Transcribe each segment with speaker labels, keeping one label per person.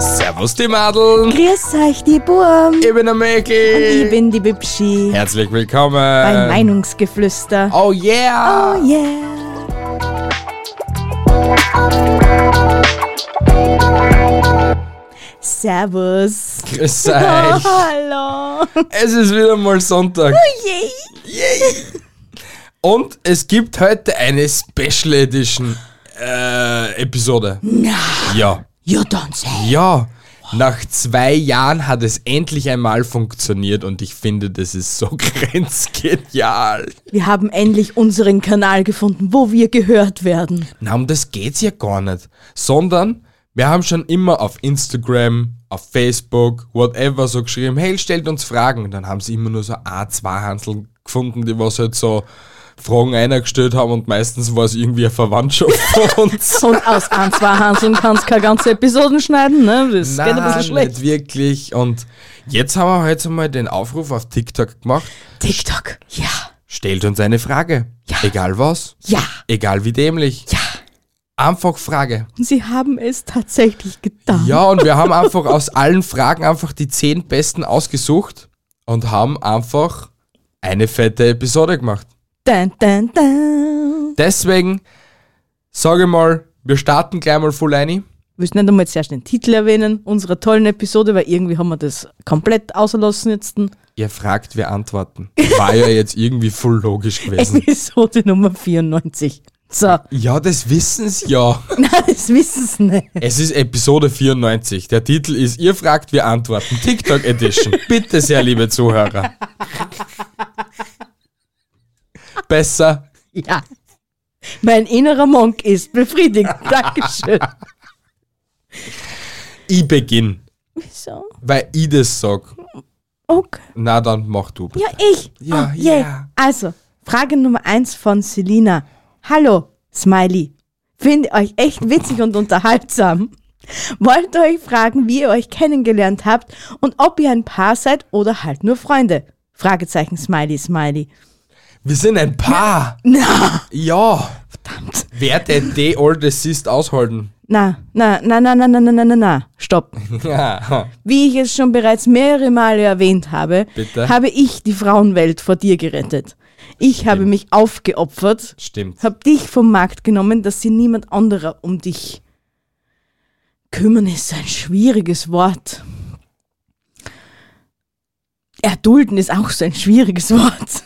Speaker 1: Servus die Madeln,
Speaker 2: Grüß euch, die Burm.
Speaker 1: ich bin der Mäki.
Speaker 2: Ich bin die Bibschi.
Speaker 1: Herzlich willkommen. Bei
Speaker 2: Ein Meinungsgeflüster.
Speaker 1: oh yeah.
Speaker 2: Oh yeah. Servus.
Speaker 1: Grüß
Speaker 2: Oh,
Speaker 1: euch.
Speaker 2: hallo.
Speaker 1: Es ist wieder mal Sonntag.
Speaker 2: Yay.
Speaker 1: Und es gibt heute eine Special Edition äh, Episode. Ja.
Speaker 2: You don't say.
Speaker 1: Ja. Nach zwei Jahren hat es endlich einmal funktioniert und ich finde, das ist so grenzgenial.
Speaker 2: Wir haben endlich unseren Kanal gefunden, wo wir gehört werden.
Speaker 1: Na, um das geht's ja gar nicht. Sondern wir haben schon immer auf Instagram, auf Facebook, whatever so geschrieben, hey, stellt uns Fragen. Und dann haben sie immer nur so A2-Hansel gefunden, die was halt so Fragen eingestellt haben und meistens war es irgendwie eine Verwandtschaft von uns.
Speaker 2: Und aus ein, zwei Hanseln kannst keine ganze Episoden schneiden, ne? Das geht ein bisschen schlecht.
Speaker 1: nicht wirklich. Und jetzt haben wir heute mal den Aufruf auf TikTok gemacht.
Speaker 2: TikTok. Ja.
Speaker 1: Stellt uns eine Frage.
Speaker 2: Ja.
Speaker 1: Egal was.
Speaker 2: Ja.
Speaker 1: Egal wie dämlich.
Speaker 2: Ja.
Speaker 1: Einfach Frage.
Speaker 2: Und sie haben es tatsächlich getan.
Speaker 1: Ja, und wir haben einfach aus allen Fragen einfach die zehn besten ausgesucht und haben einfach eine fette Episode gemacht.
Speaker 2: Dun, dun, dun.
Speaker 1: Deswegen sage ich mal, wir starten gleich mal full rein.
Speaker 2: Willst nicht einmal zuerst den Titel erwähnen unserer tollen Episode, weil irgendwie haben wir das komplett ausgelassen jetzt.
Speaker 1: Ihr fragt, wir antworten. War ja jetzt irgendwie voll logisch gewesen.
Speaker 2: Episode Nummer 94. So,
Speaker 1: Ja, das wissen sie ja.
Speaker 2: nein, das wissen sie nicht.
Speaker 1: Es ist Episode 94. Der Titel ist Ihr fragt, wir antworten. TikTok Edition. Bitte sehr, liebe Zuhörer. Besser
Speaker 2: Ja. Mein innerer Monk ist befriedigt. Dankeschön.
Speaker 1: ich beginn,
Speaker 2: Wieso?
Speaker 1: weil ich das sag.
Speaker 2: Okay.
Speaker 1: Na, dann mach du.
Speaker 2: Ja, ich.
Speaker 1: Ja,
Speaker 2: oh, yay.
Speaker 1: ja.
Speaker 2: Also, Frage Nummer eins von Selina. Hallo, Smiley. Finde euch echt witzig und unterhaltsam. Wollte euch fragen, wie ihr euch kennengelernt habt und ob ihr ein Paar seid oder halt nur Freunde. Fragezeichen, Smiley, Smiley.
Speaker 1: Wir sind ein Paar.
Speaker 2: Na,
Speaker 1: Ja.
Speaker 2: verdammt.
Speaker 1: Wer denn die Old Assist aushalten?
Speaker 2: Na, na, na, na, na, na, na, na, na, na, stopp.
Speaker 1: Ja.
Speaker 2: Wie ich es schon bereits mehrere Male erwähnt habe,
Speaker 1: Bitte?
Speaker 2: habe ich die Frauenwelt vor dir gerettet. Ich habe mich aufgeopfert,
Speaker 1: Stimmt.
Speaker 2: hab dich vom Markt genommen, dass sie niemand anderer um dich kümmern ist ein schwieriges Wort. Erdulden ist auch so ein schwieriges Wort.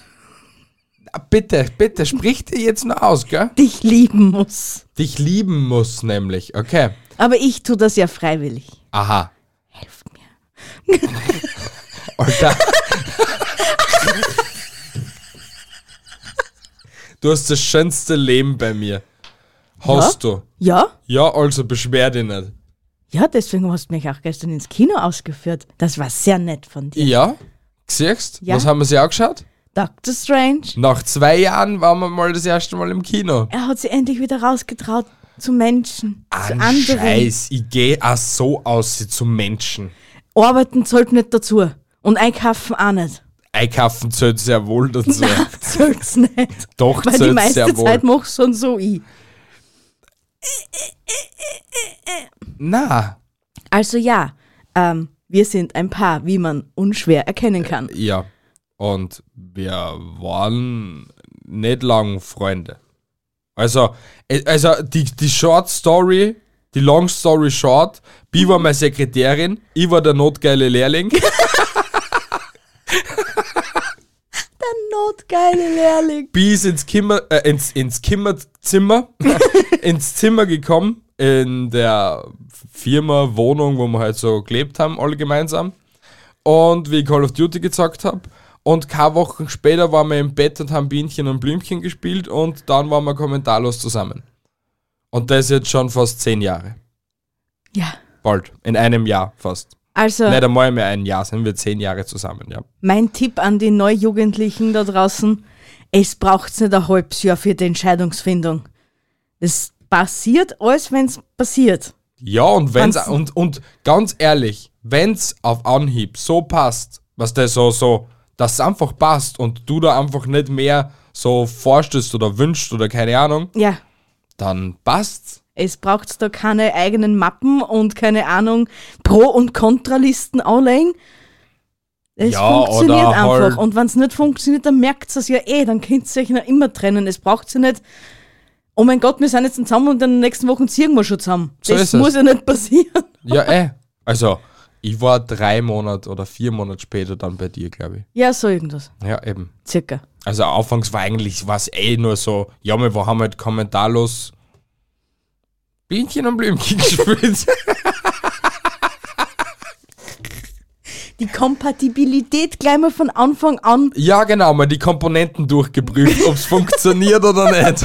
Speaker 1: Ah, Bitte, bitte, sprich dir jetzt nur aus, gell?
Speaker 2: Dich lieben muss.
Speaker 1: Dich lieben muss nämlich, okay.
Speaker 2: Aber ich tue das ja freiwillig.
Speaker 1: Aha.
Speaker 2: Helft mir.
Speaker 1: Alter. du hast das schönste Leben bei mir. Hast du?
Speaker 2: Ja?
Speaker 1: Ja, also beschwer dich nicht.
Speaker 2: Ja, deswegen hast du mich auch gestern ins Kino ausgeführt. Das war sehr nett von dir.
Speaker 1: Ja? Siehst?
Speaker 2: Ja.
Speaker 1: Was haben wir sie angeschaut?
Speaker 2: Doctor Strange.
Speaker 1: Nach zwei Jahren waren wir mal das erste Mal im Kino.
Speaker 2: Er hat sich endlich wieder rausgetraut zu Menschen, zu anderen.
Speaker 1: Scheiß, ich gehe auch so aus zu Menschen.
Speaker 2: Arbeiten zählt nicht dazu. Und einkaufen auch nicht.
Speaker 1: Einkaufen zählt sehr wohl dazu.
Speaker 2: Nein, soll's nicht.
Speaker 1: Doch
Speaker 2: Weil
Speaker 1: zählt
Speaker 2: die
Speaker 1: sehr
Speaker 2: meiste
Speaker 1: wohl.
Speaker 2: Zeit machst schon so ich.
Speaker 1: Na,
Speaker 2: Also ja, ähm, wir sind ein Paar, wie man unschwer erkennen kann.
Speaker 1: ja. Und wir waren nicht lang Freunde. Also, äh, also die, die Short Story, die Long Story Short, Bi war meine Sekretärin, ich war der notgeile Lehrling.
Speaker 2: Notgeile Lehrling.
Speaker 1: Bi ist ins Kimmer, äh, ins, ins Kimmerzimmer, ins Zimmer gekommen, in der Firma, Wohnung, wo wir halt so gelebt haben, alle gemeinsam. Und wie ich Call of Duty gezockt habe. Und paar Wochen später waren wir im Bett und haben Bienchen und Blümchen gespielt und dann waren wir kommentarlos zusammen. Und das jetzt schon fast zehn Jahre.
Speaker 2: Ja,
Speaker 1: Bald. In einem Jahr fast.
Speaker 2: Also
Speaker 1: Nicht einmal mehr ein Jahr, sind wir zehn Jahre zusammen, ja.
Speaker 2: mein Tipp an die Neujugendlichen da draußen, es braucht nicht ein halbes Jahr für die Entscheidungsfindung. Es passiert alles, wenn es passiert.
Speaker 1: Ja, und wenn's,
Speaker 2: Wenn's-
Speaker 1: und, und ganz ehrlich, wenn's auf Anhieb so passt, was der so, so, dass es einfach passt und du da einfach nicht mehr so vorstellst oder wünschst oder keine Ahnung,
Speaker 2: Ja,
Speaker 1: dann passt's.
Speaker 2: es braucht da keine eigenen Mappen und keine Ahnung, Pro- und Kontralisten anlegen. Es
Speaker 1: Ja,
Speaker 2: funktioniert
Speaker 1: oder
Speaker 2: einfach.
Speaker 1: halt-
Speaker 2: Und wenn es nicht funktioniert, dann merkt es ja eh, dann könnt ihr euch noch immer trennen. Es braucht ja nicht, oh mein Gott, wir sind jetzt zusammen und in den nächsten Wochen ziehen wir schon zusammen.
Speaker 1: So
Speaker 2: das
Speaker 1: ist es.
Speaker 2: muss ja nicht passieren.
Speaker 1: Ja, eh. Also, ich war drei Monate oder vier Monate später dann bei dir, glaube ich.
Speaker 2: Ja, so irgendwas.
Speaker 1: Ja, eben.
Speaker 2: Circa.
Speaker 1: Also, anfangs war eigentlich was eh nur so, ja, wir haben halt kommentarlos Bienchen und Blümchen gespielt.
Speaker 2: die Kompatibilität gleich mal von Anfang an.
Speaker 1: ja, genau, mal die Komponenten durchgeprüft, ob's funktioniert oder nicht.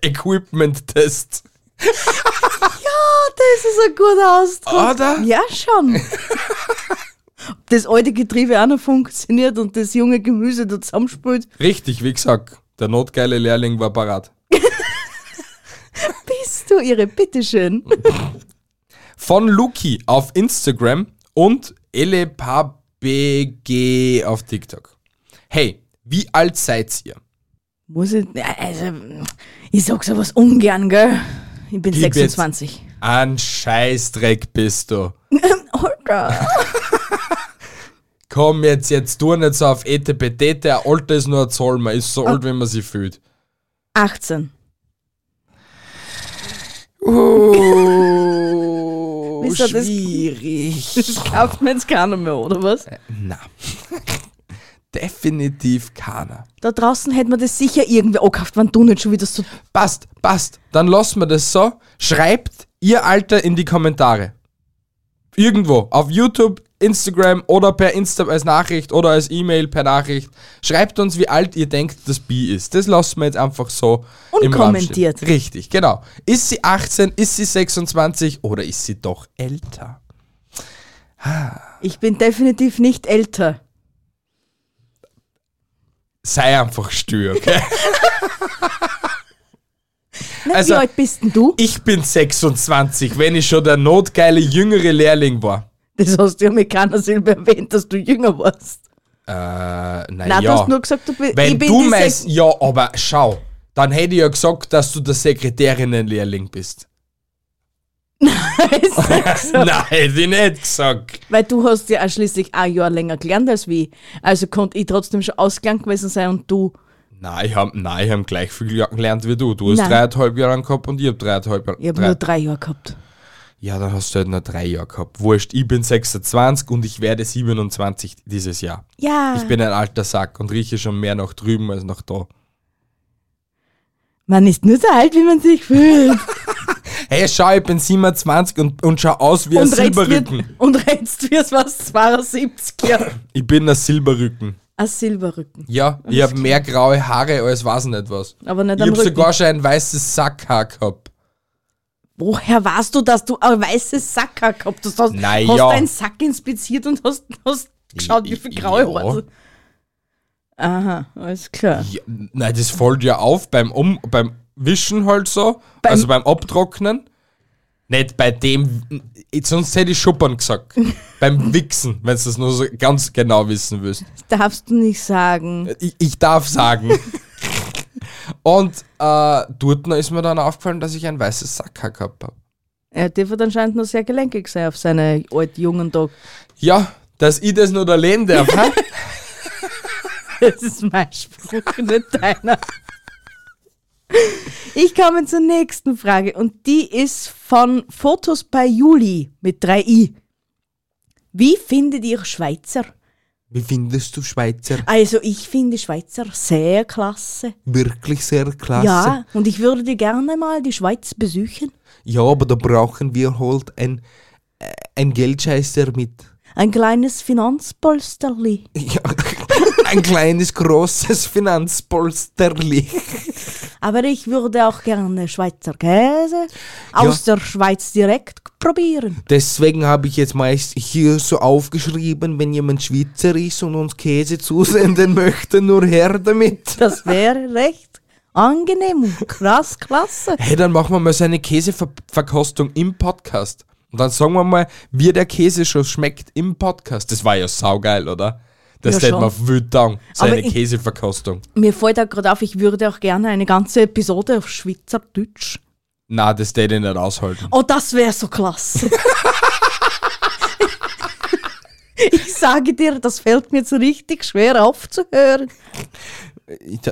Speaker 1: Equipment-Test.
Speaker 2: Ah, das ist ein guter Ausdruck.
Speaker 1: Oder?
Speaker 2: Ja, schon. Ob das alte Getriebe auch noch funktioniert und das junge Gemüse da zusammenspült.
Speaker 1: Richtig, wie gesagt, der notgeile Lehrling war parat.
Speaker 2: Bist du ihre, bitteschön.
Speaker 1: von Luki auf Instagram und LPBG auf TikTok. Hey, wie alt seid ihr?
Speaker 2: Muss ich, ja, also, ich sag sowas ungern, gell? Ich bin
Speaker 1: Gib jetzt.
Speaker 2: 26.
Speaker 1: Ein Scheißdreck bist du.
Speaker 2: Oh Alter.
Speaker 1: Komm jetzt, jetzt tu nicht so auf ETPT, der Alte ist nur ein Zoll, man ist so alt, wie man sich fühlt.
Speaker 2: 18.
Speaker 1: Oh,
Speaker 2: Wieso das-
Speaker 1: schwierig.
Speaker 2: Das kauft mir jetzt keiner mehr, oder was?
Speaker 1: Na, definitiv keiner.
Speaker 2: Da draußen hätte man das sicher irgendwie angekauft, wenn du nicht schon wieder so.
Speaker 1: Passt, passt. Dann lassen wir das so. Schreibt ihr Alter in die Kommentare. Irgendwo. Auf YouTube, Instagram oder per Insta als Nachricht oder als E-Mail per Nachricht. Schreibt uns, wie alt ihr denkt, das Bi ist. Das lassen wir jetzt einfach so. im Raum stehen.
Speaker 2: Unkommentiert.
Speaker 1: Richtig, genau. Ist sie 18, ist sie 26 oder ist sie doch älter?
Speaker 2: Ich bin definitiv nicht älter.
Speaker 1: Sei einfach stur, okay?
Speaker 2: Na,
Speaker 1: Also-
Speaker 2: wie alt bist denn du?
Speaker 1: Ich bin 26, wenn ich schon der notgeile jüngere Lehrling war.
Speaker 2: Das hast du ja mit keiner Silbe erwähnt, dass du jünger warst.
Speaker 1: Äh, na
Speaker 2: Nein,
Speaker 1: ja.
Speaker 2: du hast nur gesagt, du bist.
Speaker 1: Wenn
Speaker 2: ich bin
Speaker 1: du
Speaker 2: die
Speaker 1: meinst,
Speaker 2: Sek-
Speaker 1: ja, aber schau, dann hätte ich ja gesagt, dass du der Sekretärinnenlehrling bist. Nein, hätte ich nicht gesagt.
Speaker 2: Weil du hast ja auch schließlich ein Jahr länger gelernt als wie. Also konnte ich trotzdem schon ausgelernt gewesen sein und du.
Speaker 1: Nein, ich habe nein, ich hab gleich viel gel- gelernt wie du. Du hast
Speaker 2: Nein.
Speaker 1: dreieinhalb Jahre gehabt und ich habe dreieinhalb Jahre.
Speaker 2: Ich habe
Speaker 1: drei-
Speaker 2: nur drei Jahre gehabt.
Speaker 1: ja, dann hast du halt nur drei Jahre gehabt. Wurscht, ich bin 26 und ich werde 27 dieses Jahr.
Speaker 2: Ja.
Speaker 1: Ich bin ein alter Sack und rieche schon mehr nach drüben als nach da.
Speaker 2: man ist nur so alt, wie man sich fühlt.
Speaker 1: Hey, schau, ich bin 27 und, und schau aus wie ein Silberrücken.
Speaker 2: und redst wie es was 72 Jahre.
Speaker 1: Ich bin ein Silberrücken.
Speaker 2: Ein Silberrücken.
Speaker 1: Ja, ich hab mehr graue Haare als weiß nicht was.
Speaker 2: Aber nicht
Speaker 1: Ich
Speaker 2: am
Speaker 1: hab
Speaker 2: Rücken.
Speaker 1: sogar schon ein weißes Sackhaar gehabt.
Speaker 2: Woher weißt du, dass du ein weißes Sackhaar gehabt hast? Hast,
Speaker 1: Na
Speaker 2: hast
Speaker 1: ja.
Speaker 2: deinen Sack inspiziert und hast, hast geschaut, wie viel graue
Speaker 1: Ja.
Speaker 2: Haare. Aha, alles klar.
Speaker 1: Ja, nein, das fällt ja auf beim, um, beim Wischen halt so,
Speaker 2: Beim-
Speaker 1: also beim Abtrocknen. Nicht bei dem, sonst hätte ich Schuppern gesagt. beim Wichsen, wenn du das nur so ganz genau wissen willst.
Speaker 2: Das darfst du nicht sagen.
Speaker 1: Ich, ich darf sagen. Und äh, dort ist mir dann aufgefallen, dass ich ein weißes Sackhaar gehabt hab.
Speaker 2: Er dürfte anscheinend noch sehr gelenkig sein auf seine alten jungen Tag.
Speaker 1: Ja, dass ich das nur erleben darf. hä?
Speaker 2: Das ist mein Spruch, nicht deiner. Ich komme zur nächsten Frage und die ist von Fotos bei Juli mit 3i. Wie findet ihr Schweizer?
Speaker 1: Wie findest du Schweizer?
Speaker 2: Also ich finde Schweizer sehr klasse.
Speaker 1: Wirklich sehr klasse.
Speaker 2: Ja, und ich würde gerne mal die Schweiz besuchen.
Speaker 1: Ja, aber da brauchen wir halt ein, äh, ein Geldscheißer mit.
Speaker 2: Ein kleines Finanzpolsterli.
Speaker 1: Ja, ein kleines, großes Finanzpolsterli.
Speaker 2: Aber ich würde auch gerne Schweizer Käse aus der Schweiz direkt probieren.
Speaker 3: Deswegen habe ich jetzt meist hier so aufgeschrieben, wenn jemand Schweizer ist und uns Käse zusenden möchte, nur her damit.
Speaker 2: Das wäre recht angenehm und krass, klasse.
Speaker 1: Hey, dann machen wir mal so eine Käseverkostung im Podcast. Und dann sagen wir mal, wie der Käse schon schmeckt im Podcast. Das war ja saugeil, oder? Das
Speaker 2: Ja,
Speaker 1: ja, hätten
Speaker 2: schon.
Speaker 1: wir wild down. So
Speaker 2: Aber
Speaker 1: eine
Speaker 2: ich-
Speaker 1: Käseverkostung.
Speaker 2: Mir fällt da gerade auf, ich würde auch gerne eine ganze Episode auf Schweizerdeutsch.
Speaker 1: Na, das täte ich nicht aushalten.
Speaker 2: Oh, das wäre so klasse. ich sage dir, das fällt mir jetzt richtig schwer aufzuhören.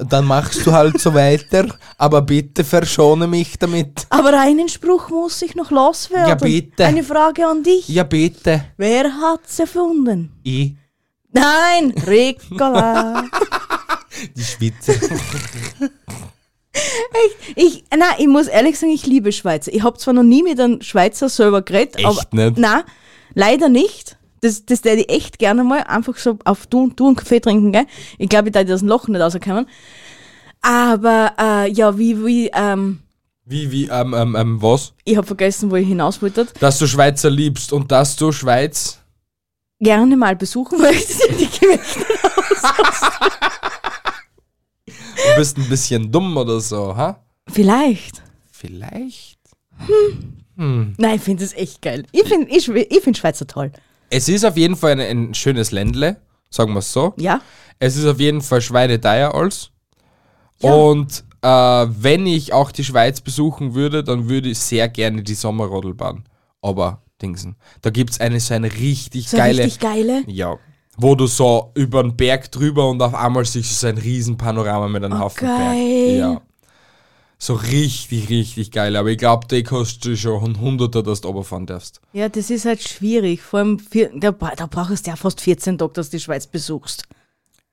Speaker 3: Dann machst du halt so weiter, aber bitte verschone mich damit.
Speaker 2: Aber einen Spruch muss ich noch loswerden.
Speaker 3: Ja, bitte.
Speaker 2: Eine Frage an dich.
Speaker 3: Ja, bitte.
Speaker 2: Wer hat's erfunden?
Speaker 3: Ich,
Speaker 2: Nein, Ricola.
Speaker 3: die Schweizer.
Speaker 2: Ich, nein, ich muss ehrlich sagen, ich liebe Schweizer. Ich habe zwar noch nie mit einem Schweizer selber geredet,
Speaker 1: Echt
Speaker 2: aber.
Speaker 1: nicht?
Speaker 2: Nein, leider nicht. Das, das werde ich echt gerne mal einfach so auf Du und Du und Kaffee trinken, gell? Ich glaube, ich da das Loch nicht rauskommen. Aber äh, ja, wie, wie, ähm,
Speaker 1: Wie, wie, ähm, ähm, ähm, was?
Speaker 2: ich habe vergessen, wo ich hinaus wollte.
Speaker 1: Dass du Schweizer liebst und dass du Schweiz.
Speaker 2: Gerne mal besuchen möchte. Die Gemächte.
Speaker 1: Du bist ein bisschen dumm oder so, ha?
Speaker 2: Vielleicht.
Speaker 1: Vielleicht.
Speaker 2: Nein, ich finde das echt geil. Ich finde ich, ich find Schweizer toll.
Speaker 1: Es ist auf jeden Fall ein, ein schönes Ländle, sagen wir es so.
Speaker 2: Ja?
Speaker 1: Es ist auf jeden Fall schweineteuer alles.
Speaker 2: Ja.
Speaker 1: Und äh, wenn ich auch die Schweiz besuchen würde, dann würde ich sehr gerne die Sommerrodelbahn. Aber, Dingsen, da gibt es eine so eine richtig
Speaker 2: So
Speaker 1: geile.
Speaker 2: richtig geile.
Speaker 1: ja. Wo du so über den Berg drüber und auf einmal siehst du so ein Riesenpanorama mit einem Haufen
Speaker 2: Oh, geil.
Speaker 1: Berg. Ja. So richtig, richtig geil. Aber ich glaube, die kostet schon ein Hunderter, dass du runterfahren darfst.
Speaker 2: Ja, das ist halt schwierig. Vor allem, vier, da, bra- da brauchst du ja fast 14 Tage, dass du die Schweiz besuchst.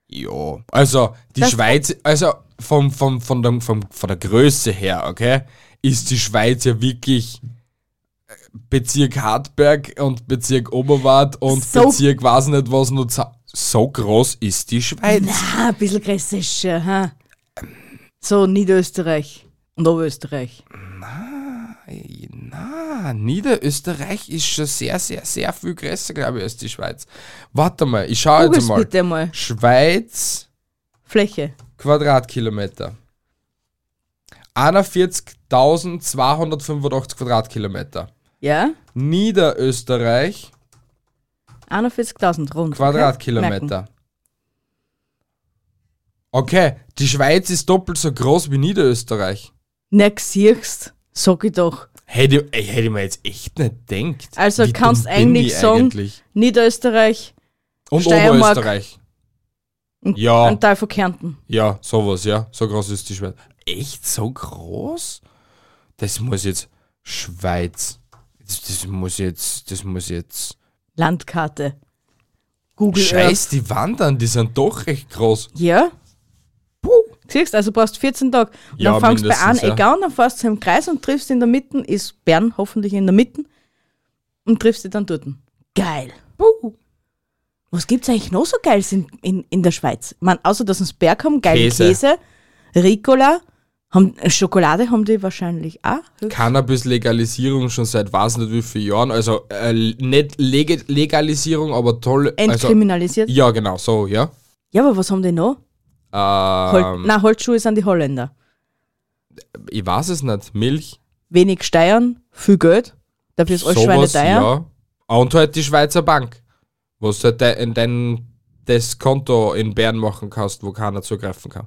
Speaker 1: Ja, also die
Speaker 2: Das-
Speaker 1: Schweiz, also vom, vom, von, der, vom, von der Größe her, okay, ist die Schweiz ja wirklich äh, Bezirk Hartberg und Bezirk Oberwart und
Speaker 2: So-
Speaker 1: Bezirk weiß nicht was nur za- so groß ist die Schweiz.
Speaker 2: Ah, ein bisschen grässischer, ha? So, Niederösterreich und Oberösterreich.
Speaker 1: Na, Niederösterreich ist schon sehr, sehr, sehr viel größer, glaube ich, als die Schweiz. Warte mal, ich schaue jetzt
Speaker 2: Googles
Speaker 1: Also mal.
Speaker 2: bitte mal.
Speaker 1: Schweiz
Speaker 2: Fläche.
Speaker 1: Quadratkilometer. 41.285 Quadratkilometer.
Speaker 2: Ja?
Speaker 1: Niederösterreich
Speaker 2: 41.000 rund. Okay?
Speaker 1: Quadratkilometer. Okay, die Schweiz ist doppelt so groß wie Niederösterreich.
Speaker 2: Merken. Na, siehst, sag ich doch.
Speaker 1: Hätte, ey, hätte ich mir jetzt echt nicht gedacht.
Speaker 2: Also
Speaker 1: Wie
Speaker 2: kannst
Speaker 1: dumm bin
Speaker 2: eigentlich
Speaker 1: ich
Speaker 2: sagen,
Speaker 1: eigentlich?
Speaker 2: Niederösterreich,
Speaker 1: Und
Speaker 2: Steiermark.
Speaker 1: Oberösterreich.
Speaker 2: Und-
Speaker 1: Ja.
Speaker 2: ein Teil von Kärnten.
Speaker 1: Ja, sowas, ja. So groß ist die Schweiz. Echt so groß? Das muss jetzt Schweiz. Das, das muss jetzt, das muss jetzt.
Speaker 2: Landkarte. Google
Speaker 1: Scheiß, die wandern, die sind doch recht groß.
Speaker 2: Earth. Ja? Siehst, also brauchst 14 Tage. Und
Speaker 1: Ja,
Speaker 2: dann fängst du bei einem
Speaker 1: mindestens, ja.
Speaker 2: Eck an, dann fährst du im Kreis und triffst in der Mitte, ist Bern hoffentlich in der Mitte, und triffst dich dann dort. Geil. Was gibt's eigentlich noch so Geiles in, in, in der Schweiz? Man, außer dass uns Berg haben, geile
Speaker 1: Käse.
Speaker 2: Käse, Ricola, haben, äh, Schokolade haben die wahrscheinlich auch.
Speaker 1: Cannabis-Legalisierung schon seit weiß nicht wie vielen Jahren. Also äh, nicht Leg Legalisierung, aber tolle. Also,
Speaker 2: Entkriminalisiert.
Speaker 1: ja, genau, so, ja.
Speaker 2: ja, aber was haben die noch? Hol
Speaker 1: Ähm,
Speaker 2: Nein, Holzschuhe sind die Holländer.
Speaker 1: ich weiß es nicht. Milch.
Speaker 2: Wenig Steuern, viel Geld, dafür ist alles Schweine
Speaker 1: sowas,
Speaker 2: teuer.
Speaker 1: ja. Ah, Und halt die Schweizer Bank, wo du halt de- in dein das Konto in Bern machen kannst, wo keiner zugreifen kann.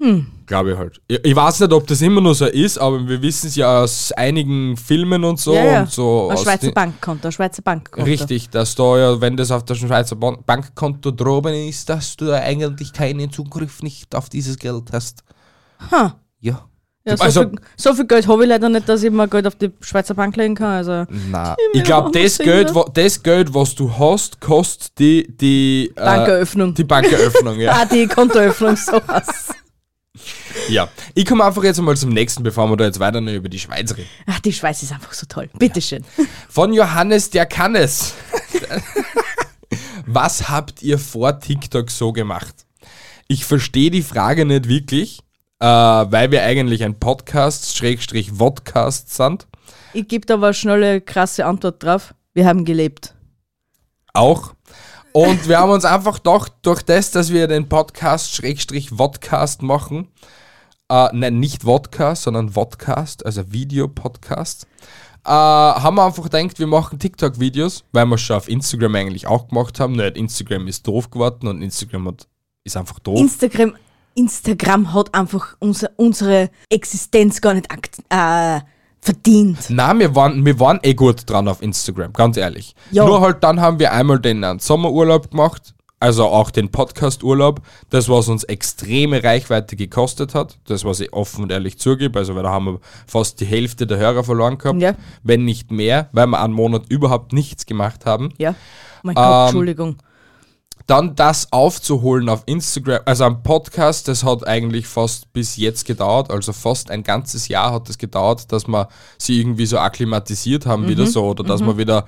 Speaker 2: Hm.
Speaker 1: Glaube ich halt. Ich, ich weiß nicht, ob das immer nur so ist, aber wir wissen es ja aus einigen Filmen und so.
Speaker 2: Ja, ja.
Speaker 1: Und so
Speaker 2: Ein
Speaker 1: aus
Speaker 2: Schweizer
Speaker 1: den-
Speaker 2: Bankkonto, ein Schweizer Bankkonto.
Speaker 1: Richtig, dass da ja, wenn das auf dem Schweizer Ban- Bankkonto droben ist, dass du da eigentlich keinen Zugriff nicht auf dieses Geld hast.
Speaker 2: Ha.
Speaker 1: Ja.
Speaker 2: Ja, so,
Speaker 1: Also-
Speaker 2: viel, so viel Geld habe ich leider nicht, dass ich mal Geld auf die Schweizer Bank legen kann. Also.
Speaker 1: Na, ich
Speaker 2: auch
Speaker 1: glaube,
Speaker 2: was
Speaker 1: das,
Speaker 2: singen.
Speaker 1: Geld, wo- das Geld, was du hast, kostet die, die äh,
Speaker 2: Bankeröffnung.
Speaker 1: Die Bankeröffnung, ja.
Speaker 2: Ah, die Kontoöffnung, sowas.
Speaker 1: ja. Ich komme einfach jetzt mal zum nächsten, bevor wir da jetzt weiter noch über die Schweiz reden.
Speaker 2: Ach, Ah, die Schweiz ist einfach so toll. Bitteschön.
Speaker 1: Von Johannes, der kann es. Was habt ihr vor TikTok so gemacht? Ich verstehe die Frage nicht wirklich, äh, weil wir eigentlich ein Podcast, Schrägstrich Vodcast sind.
Speaker 2: Ich gebe da aber eine schnelle, krasse Antwort drauf. Wir haben gelebt.
Speaker 1: Auch. Und wir haben uns einfach gedacht, durch das, dass wir den Podcast Schrägstrich Vodcast machen, äh, nein, nicht Vodcast, sondern Vodcast, also Videopodcast, äh, haben wir einfach gedacht, wir machen TikTok-Videos, weil wir es schon auf Instagram eigentlich auch gemacht haben. Nicht, Instagram ist doof geworden und Instagram hat, ist einfach doof.
Speaker 2: Instagram, Instagram hat einfach unser, unsere Existenz gar nicht akt, äh, verdient.
Speaker 1: Na, wir waren, wir waren eh gut dran auf Instagram, ganz ehrlich.
Speaker 2: Ja.
Speaker 1: Nur halt dann haben wir einmal den äh, Sommerurlaub gemacht, also auch den Podcast-Urlaub, das was uns extreme Reichweite gekostet hat, das was ich offen und ehrlich zugebe, also weil da haben wir fast die Hälfte der Hörer verloren gehabt,
Speaker 2: Ja.
Speaker 1: wenn nicht mehr, weil wir einen Monat überhaupt nichts gemacht haben
Speaker 2: Ja. Oh Mein Gott,
Speaker 1: Ähm,
Speaker 2: Entschuldigung.
Speaker 1: dann das aufzuholen auf Instagram, also am Podcast, das hat eigentlich fast bis jetzt gedauert, also fast ein ganzes Jahr hat es gedauert, dass wir sie irgendwie so akklimatisiert haben wieder so oder dass wir wieder,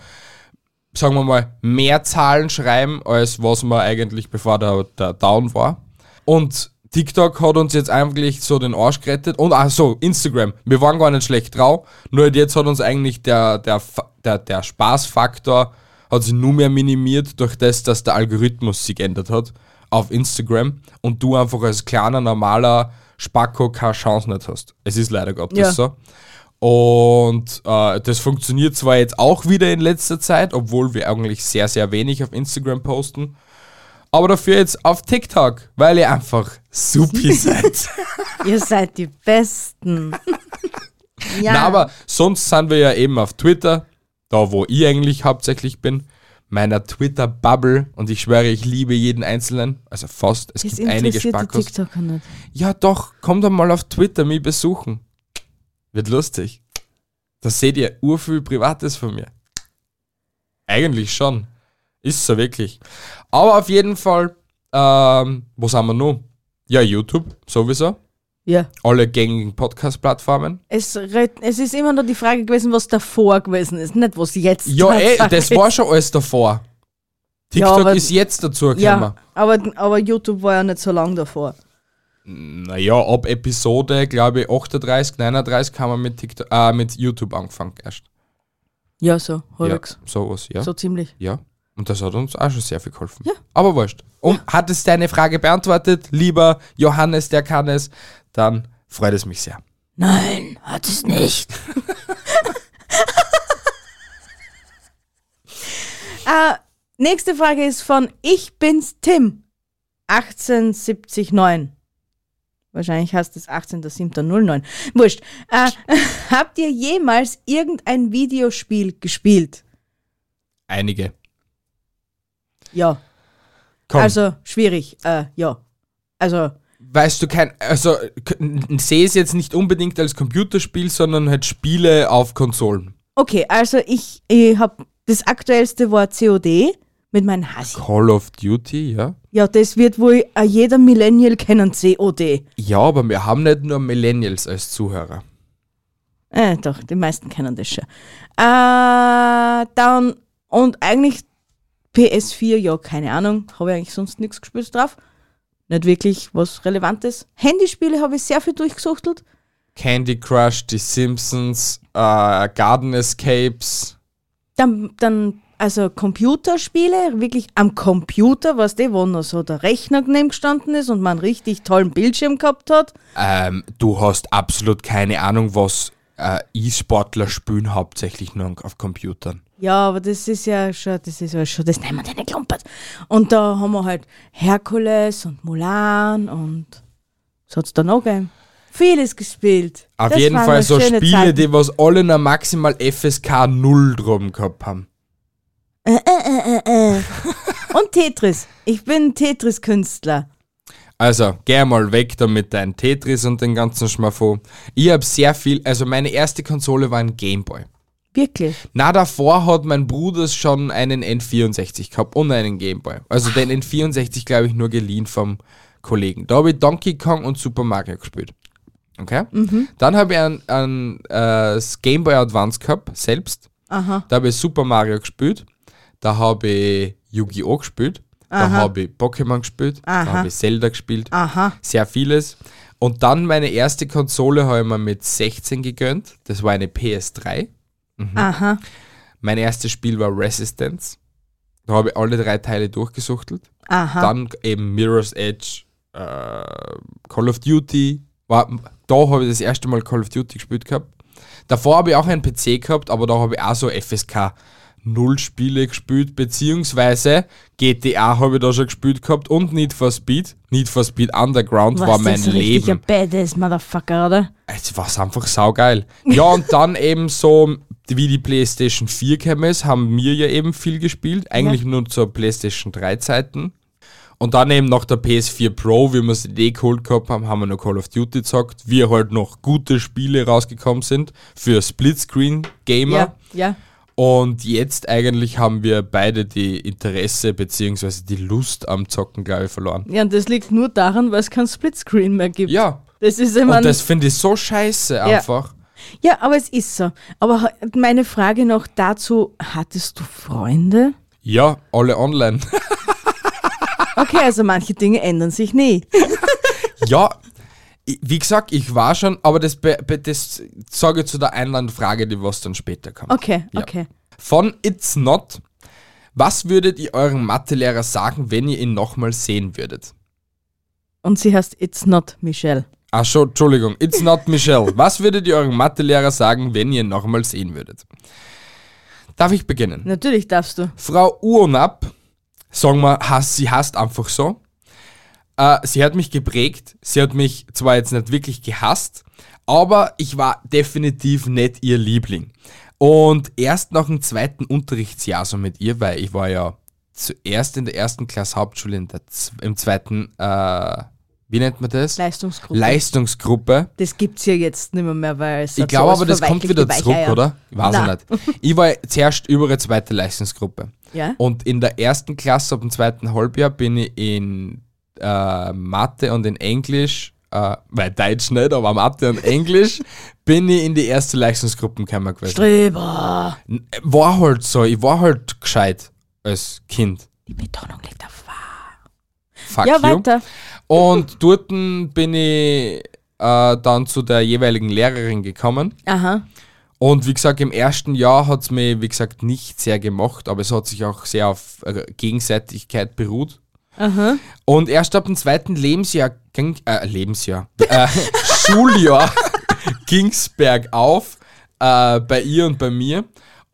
Speaker 1: sagen wir mal, mehr Zahlen schreiben, als was wir eigentlich bevor der, der Down war. Und TikTok hat uns jetzt eigentlich so den Arsch gerettet. Und ach so, Instagram. Wir waren gar nicht schlecht drauf. Nur halt jetzt hat uns eigentlich der, der, Fa- der, der Spaßfaktor hat sich nur mehr minimiert durch das, dass der Algorithmus sich geändert hat auf Instagram und du einfach als kleiner, normaler Spacko keine Chance nicht hast. Es ist leider Gottes
Speaker 2: Ja.
Speaker 1: so. Und äh, das funktioniert zwar jetzt auch wieder in letzter Zeit, obwohl wir eigentlich sehr, sehr wenig auf Instagram posten. Aber dafür jetzt auf TikTok, weil ihr einfach supi seid.
Speaker 2: Ihr seid die Besten. ja.
Speaker 1: Na, aber sonst sind wir ja eben auf Twitter, da wo ich eigentlich hauptsächlich bin, meiner Twitter-Bubble. Und ich schwöre, ich liebe jeden Einzelnen. Also fast. Es
Speaker 2: das
Speaker 1: gibt einige
Speaker 2: interessiert die
Speaker 1: Spackos.
Speaker 2: TikToker nicht.
Speaker 1: Ja, doch, kommt einmal auf Twitter mich besuchen. Wird lustig. Da seht ihr urviel Privates von mir. Eigentlich schon. Ist so wirklich. Aber auf jeden Fall, ähm, wo sind wir noch? Ja, YouTube, sowieso.
Speaker 2: Ja.
Speaker 1: Alle gängigen Podcast-Plattformen.
Speaker 2: Es, red- es ist immer nur die Frage gewesen, was davor gewesen ist, nicht was jetzt
Speaker 1: Ja, ey,
Speaker 2: Tatsache
Speaker 1: das
Speaker 2: ist.
Speaker 1: war schon alles davor.
Speaker 2: Ja,
Speaker 1: TikTok
Speaker 2: aber-
Speaker 1: ist jetzt dazu gekommen.
Speaker 2: Ja, aber, aber YouTube war ja nicht so lang davor.
Speaker 1: Naja, ab Episode, glaube ich, 38, 39 haben wir mit, TikTok, äh, mit YouTube angefangen erst.
Speaker 2: Ja, so, halbwegs.
Speaker 1: Ja, sowas, ja.
Speaker 2: So ziemlich.
Speaker 1: Ja. Und das hat uns auch schon sehr viel geholfen.
Speaker 2: Ja.
Speaker 1: Aber wurscht. Und hat es deine Frage beantwortet, lieber Johannes, der kann es, dann freut es mich sehr.
Speaker 2: Nein, hat es nicht. äh, nächste Frage ist von Ich bin's Tim. 1879. Wahrscheinlich heißt es 18.07.09. Wurscht. Äh, habt ihr jemals irgendein Videospiel gespielt?
Speaker 1: Einige.
Speaker 2: Ja.
Speaker 1: Komm,
Speaker 2: Also schwierig. Äh, ja. Also
Speaker 1: weißt du kein, also sehe es jetzt nicht unbedingt als Computerspiel, sondern halt Spiele auf Konsolen.
Speaker 2: Okay, also ich, ich habe das aktuellste war COD mit meinem Hasi.
Speaker 1: Call of Duty, ja.
Speaker 2: Ja, das wird wohl auch jeder Millennial kennen, COD.
Speaker 1: Ja, aber wir haben nicht nur Millennials als Zuhörer.
Speaker 2: Äh, doch, die meisten kennen das schon. Äh, dann, und eigentlich PS4, ja, keine Ahnung, habe ich eigentlich sonst nichts gespielt drauf. Nicht wirklich was Relevantes. Handyspiele habe ich sehr viel durchgesuchtelt.
Speaker 1: Candy Crush, Die Simpsons, äh, Garden Escapes.
Speaker 2: Dann, dann, also Computerspiele, wirklich am Computer, was die, wo noch so der Rechner neben gestanden ist und man einen richtig tollen Bildschirm gehabt hat.
Speaker 1: Ähm, du hast absolut keine Ahnung, was äh, E-Sportler spielen, hauptsächlich nur auf Computern.
Speaker 2: Ja, aber das ist ja schon, das ist ja schon, das nehmen wir deine Klumpert. Und da haben wir halt Herkules und Mulan und was hat's da noch gegeben? Vieles gespielt.
Speaker 1: Auf
Speaker 2: Das
Speaker 1: jeden
Speaker 2: waren
Speaker 1: Fall
Speaker 2: noch
Speaker 1: so
Speaker 2: schöne
Speaker 1: Spiele,
Speaker 2: Zeiten.
Speaker 1: die was alle noch maximal FSK 0 drum gehabt haben.
Speaker 2: Äh, äh, äh, äh, äh. und Tetris. Ich bin Tetris-Künstler.
Speaker 1: Also, geh mal weg damit dein Tetris und den ganzen Schmaffo. Ich habe sehr viel, also meine erste Konsole war ein Gameboy.
Speaker 2: Wirklich.
Speaker 1: Na, davor hat mein Bruder schon einen N64 gehabt und einen Gameboy. Also den
Speaker 2: Ah.
Speaker 1: N64, glaube ich, nur geliehen vom Kollegen. Da habe ich Donkey Kong und Super Mario gespielt. Okay?
Speaker 2: Mhm.
Speaker 1: Dann habe ich ein, ein äh, Gameboy Advance gehabt, selbst.
Speaker 2: Aha.
Speaker 1: Da habe ich Super Mario gespielt. Da habe ich Yu-Gi-Oh! gespielt. Da habe ich Pokémon gespielt. Da
Speaker 2: Aha.
Speaker 1: habe ich Zelda gespielt.
Speaker 2: Aha.
Speaker 1: Sehr vieles. Und dann meine erste Konsole habe ich mir mit 16 gegönnt. Das war eine PS3.
Speaker 2: Aha.
Speaker 1: Mein erstes Spiel war Resistance. Da habe ich alle drei Teile durchgesuchtelt.
Speaker 2: Aha.
Speaker 1: Dann eben Mirror's Edge, äh, Call of Duty. War, da habe ich das erste Mal Call of Duty gespielt gehabt. Davor habe ich auch einen PC gehabt, aber da habe ich auch so FSK 0 Spiele gespielt, beziehungsweise GTA habe ich da schon gespielt gehabt und Need for Speed. Need for Speed Underground war
Speaker 2: Was,
Speaker 1: mein
Speaker 2: das ist ein richtiger
Speaker 1: Leben.
Speaker 2: Badass Motherfucker, oder?
Speaker 1: Es war einfach saugeil. Ja, und dann eben so, wie die PlayStation 4 gekommen ist, haben wir ja eben viel gespielt. Eigentlich nur zur PlayStation 3 Zeiten. Und dann eben nach der PS4 Pro, wie wir sie eh geholt gehabt haben, haben wir noch Call of Duty gezockt. Wir halt noch gute Spiele rausgekommen sind für Splitscreen-Gamer.
Speaker 2: Ja, ja.
Speaker 1: Und jetzt eigentlich haben wir beide die Interesse bzw. die Lust am Zocken, glaube ich, verloren.
Speaker 2: Ja, und das liegt nur daran, weil es kein Splitscreen mehr gibt.
Speaker 1: Ja.
Speaker 2: Das ist immer
Speaker 1: Und das finde ich so scheiße einfach.
Speaker 2: Ja, aber es ist so. Aber ha- meine Frage noch dazu, hattest du Freunde?
Speaker 1: Ja, alle online.
Speaker 2: Okay, also manche Dinge ändern sich nie.
Speaker 1: Ja, i- wie gesagt, ich war schon, aber das, be- be- das sage ich zu der Einlandfrage, die was dann später kommt.
Speaker 2: Okay,
Speaker 1: Ja.
Speaker 2: okay.
Speaker 1: Von It's Not. Was würdet ihr eurem Mathelehrer sagen, wenn ihr ihn nochmal sehen würdet?
Speaker 2: Und sie heißt It's Not Michelle.
Speaker 1: Ach schon, Entschuldigung, It's Not Michelle. Was würdet ihr eurem Mathelehrer sagen, wenn ihr ihn nochmal sehen würdet? Darf ich beginnen?
Speaker 2: Natürlich darfst du.
Speaker 1: Frau Urnap, sagen wir, hasst, sie hasst einfach so. Äh, sie hat mich geprägt. Sie hat mich zwar jetzt nicht wirklich gehasst, aber ich war definitiv nicht ihr Liebling. Und erst nach dem zweiten Unterrichtsjahr so mit ihr, weil ich war ja zuerst in der ersten Klasse Hauptschule, in der, zw- im zweiten, äh, wie nennt man das?
Speaker 2: Leistungsgruppe.
Speaker 1: Leistungsgruppe.
Speaker 2: das gibt's ja jetzt nicht mehr, mehr weil es
Speaker 1: Ich
Speaker 2: hat
Speaker 1: glaube
Speaker 2: sowas
Speaker 1: aber, das kommt wieder
Speaker 2: verweichlichte
Speaker 1: zurück,
Speaker 2: Weicheier.
Speaker 1: oder? Ich weiß
Speaker 2: Nein.
Speaker 1: ich nicht. Ich war zuerst über eine zweite Leistungsgruppe.
Speaker 2: Ja.
Speaker 1: Und in der ersten Klasse, ab dem zweiten Halbjahr, bin ich in äh, Mathe und in Englisch, äh, weil Deutsch nicht, aber Mathe und Englisch, bin ich in die erste Leistungsgruppen gekommen gewesen.
Speaker 2: Streber.
Speaker 1: War halt so, ich war halt gescheit als Kind.
Speaker 2: Die Betonung liegt auf wahr.
Speaker 1: Fuck
Speaker 2: Ja,
Speaker 1: you.
Speaker 2: weiter.
Speaker 1: Und dort bin ich äh, dann zu der jeweiligen Lehrerin gekommen.
Speaker 2: Aha.
Speaker 1: Und wie gesagt, im ersten Jahr hat's mir, wie gesagt, nicht sehr gemacht, aber es hat sich auch sehr auf äh, Gegenseitigkeit beruht.
Speaker 2: Aha.
Speaker 1: Und erst ab dem zweiten Lebensjahr ging, äh, Lebensjahr, äh, Schuljahr ging's bergauf äh, bei ihr und bei mir.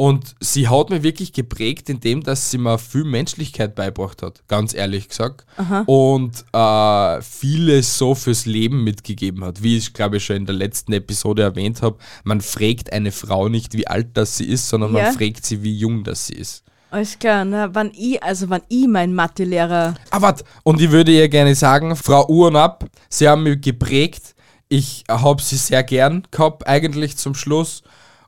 Speaker 1: Und sie hat mir wirklich geprägt, indem dass sie mir viel Menschlichkeit beigebracht hat, ganz ehrlich gesagt. Und äh, vieles so fürs Leben mitgegeben hat. Wie ich glaube ich schon in der letzten Episode erwähnt habe, man fragt eine Frau nicht, wie alt das sie ist, sondern
Speaker 2: Ja.
Speaker 1: man fragt sie, wie jung das sie ist.
Speaker 2: Alles klar, na, wann ich, also wann ich mein Mathelehrer.
Speaker 1: Ah, warte. Und ich würde ihr gerne sagen, Frau Uhrenab, Sie haben mich geprägt. Ich habe Sie sehr gern gehabt, eigentlich zum Schluss.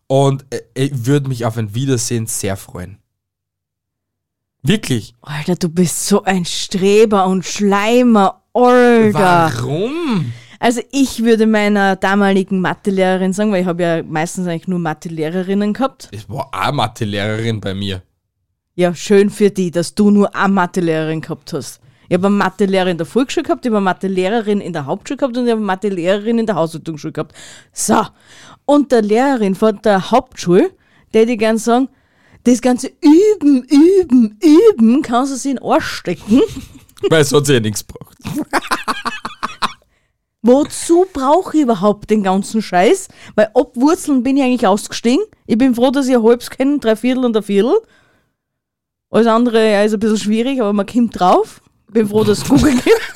Speaker 1: Und äh, ich würde mich auf ein Wiedersehen sehr freuen. Wirklich?
Speaker 2: Alter, du bist so ein Streber und Schleimer, Olga.
Speaker 1: Warum?
Speaker 2: Also ich würde meiner damaligen Mathelehrerin sagen, weil ich habe ja meistens eigentlich nur Mathelehrerinnen gehabt.
Speaker 1: Das war auch Mathelehrerin bei mir.
Speaker 2: Ja, schön für die, dass du nur eine Mathelehrerin gehabt hast. Ich habe eine Mathelehrerin in der Volksschule gehabt, ich habe eine Mathelehrerin in der Hauptschule gehabt und ich habe eine Mathelehrerin in der Haushaltungsschule gehabt. So, und der Lehrerin von der Hauptschule, der die gern sagen, das ganze Üben, Üben, Üben kannst du sie in den Arsch stecken.
Speaker 1: Weil es hat sie ja nichts gebracht.
Speaker 2: Wozu brauche ich überhaupt den ganzen Scheiß? Weil ob Wurzeln bin ich eigentlich ausgestiegen. Ich bin froh, dass ich ein halbes kenne, drei Viertel und ein Viertel. Alles andere ja, ist ein bisschen schwierig, aber man kommt drauf. Bin froh, dass es Google gibt.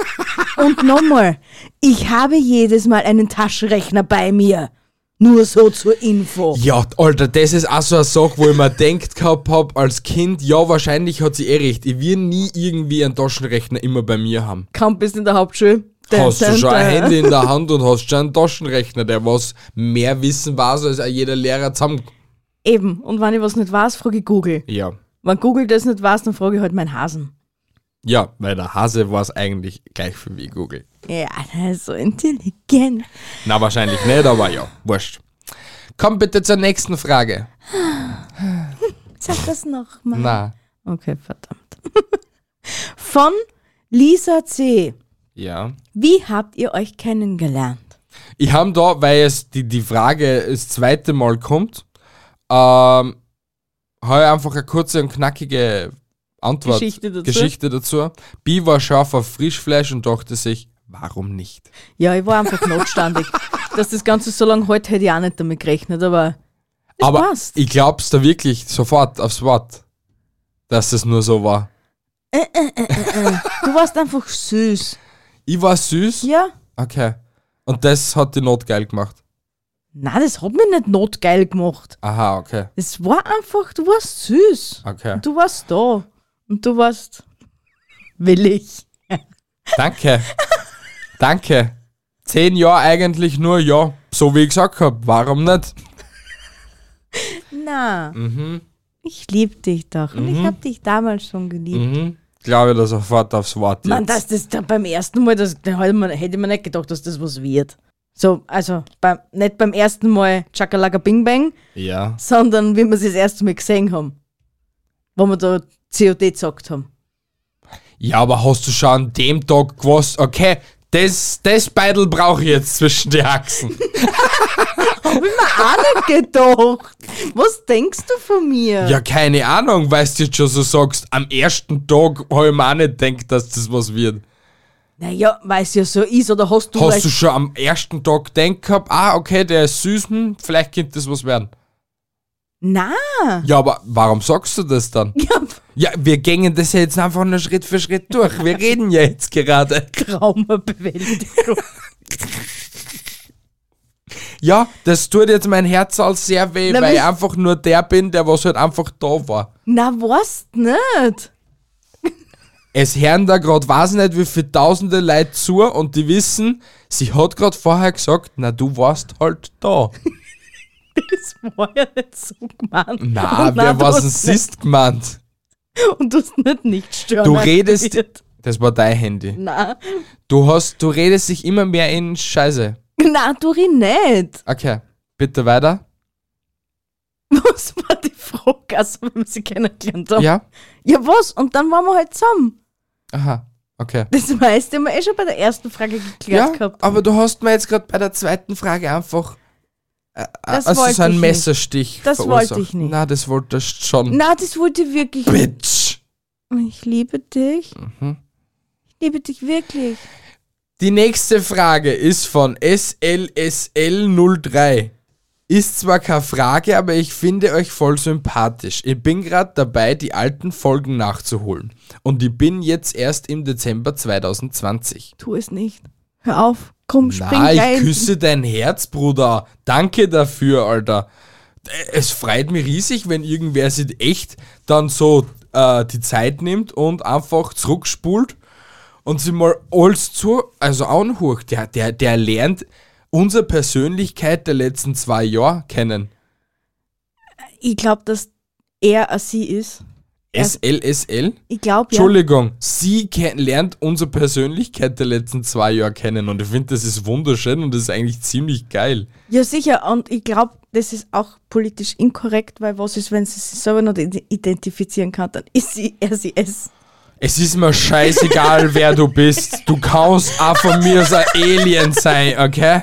Speaker 2: Und nochmal, ich habe jedes Mal einen Taschenrechner bei mir. Nur so zur Info.
Speaker 1: Ja, Alter, das ist auch so eine Sache, wo ich mir denkt gehabt habe als Kind, ja, wahrscheinlich hat sie eh recht. Ich will nie irgendwie einen Taschenrechner immer bei mir haben.
Speaker 2: Campus in der Hauptschule.
Speaker 1: Hast du
Speaker 2: Dun,
Speaker 1: schon
Speaker 2: dun,
Speaker 1: ein
Speaker 2: dun.
Speaker 1: Handy in der Hand und hast schon einen Taschenrechner, der was mehr wissen weiß als auch jeder Lehrer zusammen.
Speaker 2: Eben. Und wenn ich was nicht weiß, frage ich Google.
Speaker 1: Ja.
Speaker 2: Wenn Google das nicht weiß, dann frage ich halt meinen Hasen.
Speaker 1: Ja, weil der Hase war es eigentlich gleich viel wie Google.
Speaker 2: Ja, der ist so intelligent.
Speaker 1: Na, wahrscheinlich nicht, aber ja, wurscht. Komm bitte zur nächsten Frage.
Speaker 2: Sag das nochmal.
Speaker 1: Na.
Speaker 2: Okay, verdammt. Von Lisa C.
Speaker 1: Ja.
Speaker 2: Wie habt ihr euch kennengelernt?
Speaker 1: Ich habe da, weil es die, die Frage das zweite Mal kommt, Ähm, heuer einfach eine kurze und knackige Antwort.
Speaker 2: Geschichte dazu.
Speaker 1: Geschichte dazu. Bi war scharf auf Frischfleisch und dachte sich, warum nicht?
Speaker 2: Ja, ich war einfach notstandig. Dass das Ganze so lange hält, hätte ich auch nicht damit gerechnet, aber es
Speaker 1: Aber
Speaker 2: passt.
Speaker 1: ich glaub's da wirklich sofort aufs Wort, dass es nur so war.
Speaker 2: äh, Du warst einfach süß.
Speaker 1: Ich war süß.
Speaker 2: Ja?
Speaker 1: Okay. Und das hat die Not geil gemacht.
Speaker 2: Nein, das hat mich nicht notgeil gemacht.
Speaker 1: Aha, okay.
Speaker 2: Es war einfach, du warst süß.
Speaker 1: Okay.
Speaker 2: Und du warst da. Und du warst willig.
Speaker 1: Danke. Danke. Zehn Jahre eigentlich nur, ja. So wie ich gesagt habe, warum nicht?
Speaker 2: Na, ich lieb dich doch. Und ich hab dich damals schon geliebt.
Speaker 1: Mhm. Glaube ich da sofort aufs Wort jetzt.
Speaker 2: Mann, dass das da beim ersten Mal, das, da hätte man, hätte man nicht gedacht, dass das was wird. So, also beim, nicht beim ersten Mal Chakalaka Bing Bang,
Speaker 1: ja.
Speaker 2: sondern wie wir es das erste Mal gesehen haben. Wo wir da COD gesagt haben.
Speaker 1: Ja, aber hast du schon an dem Tag gewusst, okay, das, das Beidel brauche ich jetzt zwischen die Achsen.
Speaker 2: Hab ich mir auch nicht gedacht. Was denkst du von mir?
Speaker 1: ja, keine Ahnung, weißt du jetzt schon so sagst, am ersten Tag habe ich mir auch nicht gedacht, dass das was wird.
Speaker 2: Naja, weil es ja so ist, oder hast du
Speaker 1: Hast
Speaker 2: vielleicht-
Speaker 1: du schon am ersten Tag gedacht gehabt, ah, okay, der ist süß, hm, vielleicht könnte das was werden.
Speaker 2: Na,
Speaker 1: Ja, aber warum sagst du das dann?
Speaker 2: ja,
Speaker 1: Ja, wir gängen das ja jetzt einfach nur Schritt für Schritt durch. Wir reden ja jetzt gerade.
Speaker 2: Traumabewältigung.
Speaker 1: Ja, das tut jetzt mein Herz als sehr weh,
Speaker 2: Na,
Speaker 1: weil ich
Speaker 2: was-
Speaker 1: einfach nur der bin, der was halt einfach da war.
Speaker 2: Na, weißt nicht.
Speaker 1: Es hören da gerade weiß nicht, wie viele tausende Leute zu und die wissen, sie hat gerade vorher gesagt, na du warst halt da.
Speaker 2: Das war ja nicht so gemeint.
Speaker 1: Na,
Speaker 2: Und
Speaker 1: wer
Speaker 2: du
Speaker 1: was
Speaker 2: hast
Speaker 1: denn
Speaker 2: nicht-
Speaker 1: ist gemeint?
Speaker 2: Und du hast nicht nicht stören.
Speaker 1: Du redest-
Speaker 2: aktiviert.
Speaker 1: Das war dein Handy.
Speaker 2: Na,
Speaker 1: Du hast, du redest dich immer mehr in Scheiße.
Speaker 2: na, du redest nicht.
Speaker 1: Okay, bitte weiter.
Speaker 2: Was war die Frage, also wenn wir sie kennengelernt haben?
Speaker 1: Ja?
Speaker 2: ja, was? Und dann waren wir halt zusammen.
Speaker 1: Aha, okay.
Speaker 2: Das meiste haben wir eh schon bei der ersten Frage geklärt
Speaker 1: Ja,
Speaker 2: gehabt.
Speaker 1: aber du hast mir jetzt gerade bei der zweiten Frage einfach
Speaker 2: Das
Speaker 1: also
Speaker 2: wollte
Speaker 1: so einen
Speaker 2: ich nicht.
Speaker 1: Messerstich
Speaker 2: Das wollte
Speaker 1: verursacht.
Speaker 2: ich nicht.
Speaker 1: Na, das wolltest schon.
Speaker 2: Na, das wollte ich wirklich nicht.
Speaker 1: Bitch!
Speaker 2: Ich liebe dich.
Speaker 1: Mhm.
Speaker 2: Ich liebe dich wirklich.
Speaker 1: Die nächste Frage ist von SLSL03. Ist zwar keine Frage, aber ich finde euch voll sympathisch. Ich bin gerade dabei, die alten Folgen nachzuholen. Und ich bin jetzt erst im Dezember 2020.
Speaker 2: Tu es nicht. Hör auf. Komm, spring
Speaker 1: Na, ich
Speaker 2: rein.
Speaker 1: küsse dein Herz, Bruder. Danke dafür, Alter. Äh, Es freut mich riesig, wenn irgendwer sich echt dann so äh, die Zeit nimmt und einfach zurückspult und sie mal alles zu, also anhucht. Der, der, der lernt unsere Persönlichkeit der letzten zwei Jahre kennen.
Speaker 2: Ich glaube, dass er ein sie ist.
Speaker 1: SLSL?
Speaker 2: Ich glaube ja.
Speaker 1: Entschuldigung, sie ken- lernt unsere Persönlichkeit der letzten zwei Jahre kennen und ich finde, das ist wunderschön und das ist eigentlich ziemlich geil.
Speaker 2: Ja, sicher. Und ich glaube, das ist auch politisch inkorrekt, weil was ist, wenn sie sich selber nicht ide- identifizieren kann, dann ist sie er sie es.
Speaker 1: Es ist mir scheißegal, wer du bist. Du kannst auch von mir so ein Alien sein, okay?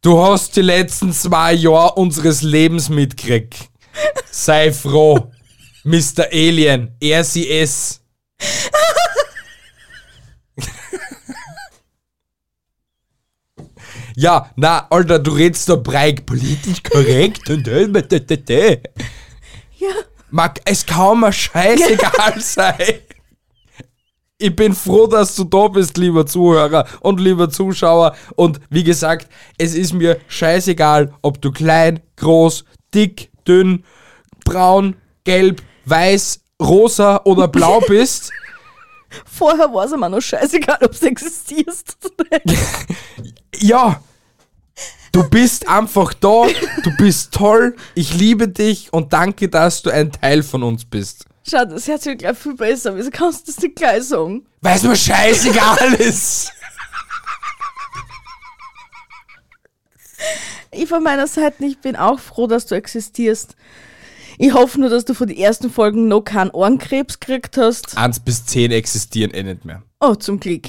Speaker 1: Du hast die letzten zwei Jahre unseres Lebens mitgekriegt. Sei froh, Mr. Alien. Er, sie, es. Ja, na, Alter, du redst da breig politisch korrekt und äh,
Speaker 2: Ja.
Speaker 1: Mag es kaum mal scheißegal sein. Ich bin froh, dass du da bist, lieber Zuhörer und lieber Zuschauer. Und wie gesagt, es ist mir scheißegal, ob du klein, groß, dick, dünn, braun, gelb, weiß, rosa oder blau bist.
Speaker 2: Vorher war es mir noch scheißegal, ob du existierst oder nicht.
Speaker 1: Ja, du bist einfach da, du bist toll, ich liebe dich und danke, dass du ein Teil von uns bist.
Speaker 2: Schau, das hört sich gleich viel besser. Wieso kannst du das nicht gleich sagen?
Speaker 1: Weil es mir scheißegal ist.
Speaker 2: Ich von meiner Seite, ich bin auch froh, dass du existierst. Ich hoffe nur, dass du von den ersten Folgen noch keinen Ohrenkrebs gekriegt hast.
Speaker 1: 1 bis 10 existieren eh nicht mehr.
Speaker 2: Oh, zum Glück.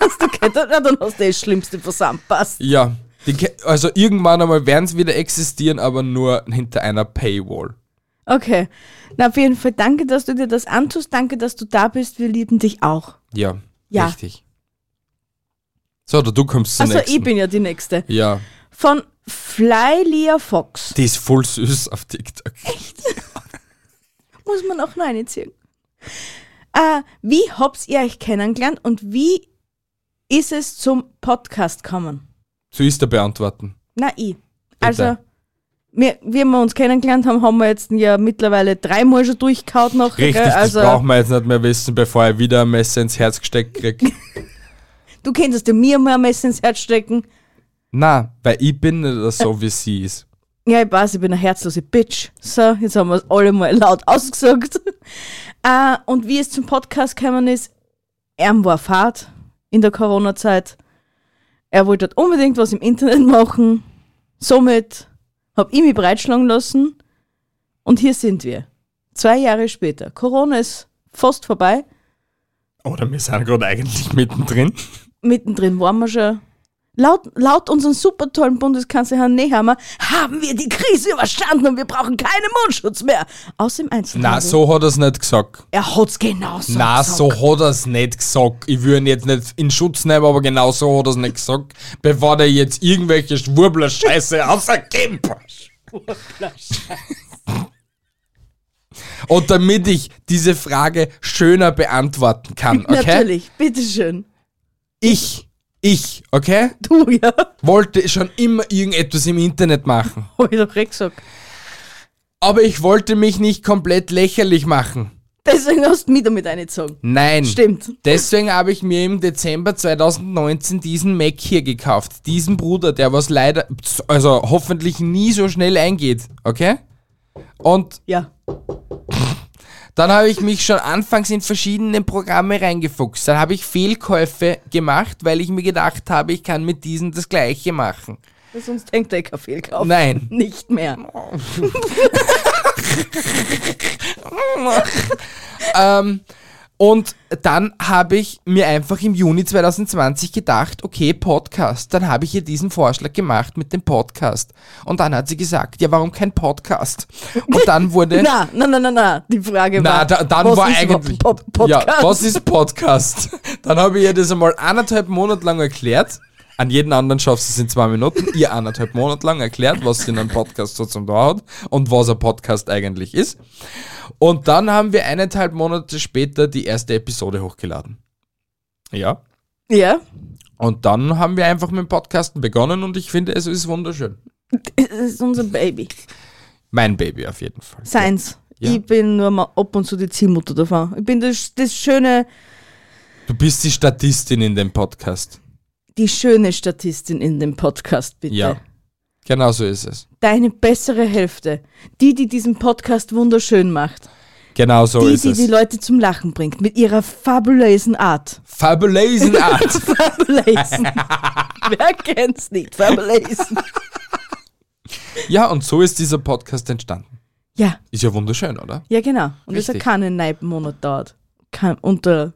Speaker 2: hast du gedacht, na, dann hast du eh das Schlimmste versammelt. Passt.
Speaker 1: Ja, Die, ke- also irgendwann einmal werden sie wieder existieren, aber nur hinter einer Paywall.
Speaker 2: Okay. Na, auf jeden Fall danke, dass du dir das antust. Danke, dass du da bist. Wir lieben dich auch.
Speaker 1: Ja,
Speaker 2: Ja.
Speaker 1: richtig. So, oder du kommst zur
Speaker 2: Also
Speaker 1: nächsten.
Speaker 2: ich bin ja die Nächste.
Speaker 1: Ja,
Speaker 2: Von Fly Lea Fox.
Speaker 1: die ist voll süß auf TikTok.
Speaker 2: Muss man auch noch reinziehen. Äh, wie habt ihr euch kennengelernt und wie ist es zum Podcast gekommen?
Speaker 1: So ist der beantworten.
Speaker 2: Na, ich. Also, wir, wie wir uns kennengelernt haben, haben wir jetzt ja mittlerweile dreimal schon durchgehauen. nachher, gell?
Speaker 1: Richtig,
Speaker 2: also,
Speaker 1: das brauchen wir jetzt nicht mehr wissen, bevor ich wieder ein Messer ins Herz gesteckt krieg.
Speaker 2: du könntest dir mir mal ein Messer ins Herz stecken.
Speaker 1: Na, weil ich bin nicht so, wie sie ist.
Speaker 2: Ja, ich weiß, ich bin eine herzlose Bitch. So, jetzt haben wir es alle mal laut ausgesagt. Äh, und wie es zum Podcast gekommen ist, er war fad in der Corona-Zeit. Er wollte halt unbedingt was im Internet machen. Somit habe ich mich breitschlagen lassen. Und hier sind wir. Zwei Jahre später. Corona ist fast vorbei.
Speaker 1: Oder wir sind gerade eigentlich mittendrin.
Speaker 2: Mittendrin waren wir schon. Laut, laut unseren super tollen Bundeskanzler Herrn Nehammer haben wir die Krise überstanden und wir brauchen keinen Mundschutz mehr. Außer im Einzelhandel.
Speaker 1: Na, so hat er es nicht gesagt.
Speaker 2: Er hat's genauso
Speaker 1: Na,
Speaker 2: gesagt.
Speaker 1: so hat er es nicht gesagt. Ich würde ihn jetzt nicht in Schutz nehmen, aber genau so hat er es nicht gesagt, bevor der jetzt irgendwelche Schwurbler-Scheiße ausergibt. Und damit ich diese Frage schöner beantworten kann, okay?
Speaker 2: Natürlich, bitteschön.
Speaker 1: Ich, ich, okay,
Speaker 2: Du, ja.
Speaker 1: wollte schon immer irgendetwas im Internet machen.
Speaker 2: Hab ich doch recht gesagt.
Speaker 1: Aber ich wollte mich nicht komplett lächerlich machen.
Speaker 2: Deswegen hast du mich damit eingezogen.
Speaker 1: Nein.
Speaker 2: Stimmt.
Speaker 1: Deswegen habe ich mir im Dezember 2019 diesen Mac hier gekauft. Diesen Bruder, der was leider, also hoffentlich nie so schnell eingeht. Okay? Und
Speaker 2: Ja.
Speaker 1: dann habe ich mich schon anfangs in verschiedene Programme reingefuchst. Dann habe ich Fehlkäufe gemacht, weil ich mir gedacht habe, ich kann mit diesen das gleiche machen.
Speaker 2: Sonst hängt der Kaffee kaufen.
Speaker 1: Nein.
Speaker 2: Nicht mehr.
Speaker 1: ähm, und dann habe ich mir einfach im Juni 2020 gedacht, okay, Podcast. Dann habe ich ihr diesen Vorschlag gemacht mit dem Podcast. Und dann hat sie gesagt, ja, warum kein Podcast? Und dann wurde...
Speaker 2: Na, na, na, na, na. Die Frage
Speaker 1: Na,
Speaker 2: war,
Speaker 1: da, dann
Speaker 2: was
Speaker 1: war
Speaker 2: ist überhaupt
Speaker 1: eigentlich.
Speaker 2: ein Pod Podcast?
Speaker 1: Ja, was ist Podcast? Dann habe ich ihr das einmal anderthalb Monate lang erklärt. An jeden anderen schaffst du es in zwei Minuten. Ihr anderthalb Monate lang erklärt, was sie in einem Podcast so zum Dauer hat und was ein Podcast eigentlich ist. Und dann haben wir eineinhalb Monate später die erste Episode hochgeladen. Ja.
Speaker 2: ja.
Speaker 1: Und dann haben wir einfach mit dem Podcasten begonnen und ich finde, es ist wunderschön.
Speaker 2: Es ist unser Baby.
Speaker 1: Mein Baby auf jeden Fall.
Speaker 2: Seins.
Speaker 1: Ja.
Speaker 2: Ich bin nur mal ab und zu die Ziehmutter davon. Ich bin das, das schöne,
Speaker 1: Du bist die Statistin in dem Podcast.
Speaker 2: die schöne Statistin in dem Podcast, bitte.
Speaker 1: Ja. Genau so ist es.
Speaker 2: Deine bessere Hälfte. Die, die diesen Podcast wunderschön macht.
Speaker 1: Genau so
Speaker 2: die,
Speaker 1: ist
Speaker 2: die
Speaker 1: es.
Speaker 2: die Leute zum Lachen bringt. Mit ihrer fabulösen Art.
Speaker 1: Fabulesen Art.
Speaker 2: Fabulösen. Wer kennt's nicht? Fabulösen.
Speaker 1: ja, und so ist dieser Podcast entstanden.
Speaker 2: Ja,
Speaker 1: Ist ja wunderschön, oder?
Speaker 2: ja, genau. Und das hat
Speaker 1: Richtig.
Speaker 2: keinen neuen Monat dauert. Kein, unter.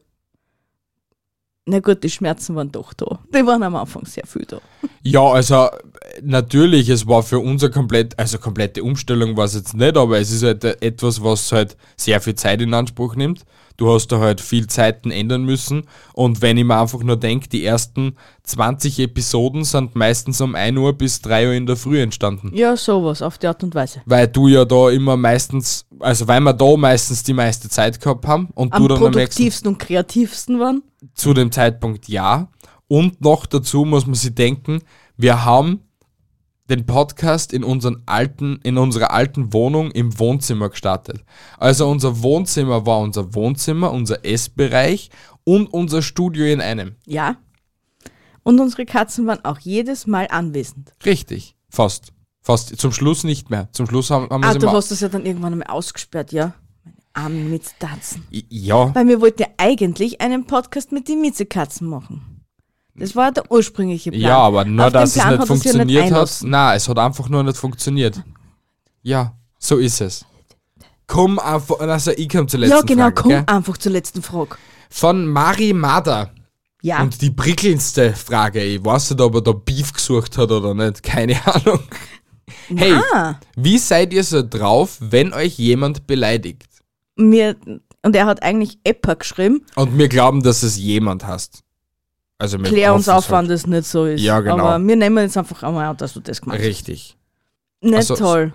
Speaker 2: Na gut, die Schmerzen waren doch da. Die waren am Anfang sehr viel da.
Speaker 1: Ja, also äh, natürlich, es war für uns eine komplett, also komplette Umstellung war es jetzt nicht, aber es ist halt äh, etwas, was halt sehr viel Zeit in Anspruch nimmt. Du hast da halt viel Zeiten ändern müssen und wenn ich mir einfach nur denke, die ersten 20 Episoden sind meistens um 1 Uhr bis 3 Uhr in der Früh entstanden.
Speaker 2: Ja, sowas, auf die Art und Weise.
Speaker 1: Weil du ja da immer meistens, also weil wir da meistens die meiste Zeit gehabt haben und
Speaker 2: Am
Speaker 1: du dann am nächsten
Speaker 2: produktivsten und kreativsten waren.
Speaker 1: zu dem Zeitpunkt ja. Und noch dazu muss man sich denken, wir haben den Podcast in, unseren alten, in unserer alten Wohnung im Wohnzimmer gestartet. Also unser Wohnzimmer war unser Wohnzimmer, unser Essbereich und unser Studio in einem.
Speaker 2: Ja. Und unsere Katzen waren auch jedes Mal anwesend.
Speaker 1: Richtig, fast. Fast. Zum Schluss nicht mehr. Zum Schluss haben, haben wir
Speaker 2: Ah,
Speaker 1: sie
Speaker 2: du
Speaker 1: mal-
Speaker 2: hast das ja dann irgendwann einmal ausgesperrt, ja? Meine Armen mit Tatzen.
Speaker 1: Ja,
Speaker 2: Weil wir wollten ja eigentlich einen Podcast mit den Miezekatzen machen. Das war der ursprüngliche Plan.
Speaker 1: ja, aber nur,
Speaker 2: Auf den
Speaker 1: dass es
Speaker 2: Plan
Speaker 1: nicht
Speaker 2: hat es ja
Speaker 1: funktioniert hat.
Speaker 2: einlassen.
Speaker 1: Na, es hat einfach nur nicht funktioniert. Ja, so ist es. Komm einfach, also ich komme zur letzten
Speaker 2: Ja, genau,
Speaker 1: Frage,
Speaker 2: komm
Speaker 1: gell?
Speaker 2: einfach zur letzten Frage.
Speaker 1: Von Mari Mada.
Speaker 2: Ja.
Speaker 1: Und die prickelndste Frage, ich weiß nicht, ob er da Beef gesucht hat oder nicht, keine Ahnung. Hey,
Speaker 2: Na.
Speaker 1: wie seid ihr so drauf, wenn euch jemand beleidigt?
Speaker 2: mir, und er hat eigentlich Epper geschrieben.
Speaker 1: Und wir glauben, dass es jemand hast. Also mit
Speaker 2: Klär uns auf, wann
Speaker 1: Aufwand.
Speaker 2: das nicht so ist.
Speaker 1: Ja, genau.
Speaker 2: Aber wir nehmen jetzt einfach einmal an, dass du das gemacht hast.
Speaker 1: Richtig.
Speaker 2: Nicht
Speaker 1: Also,
Speaker 2: toll.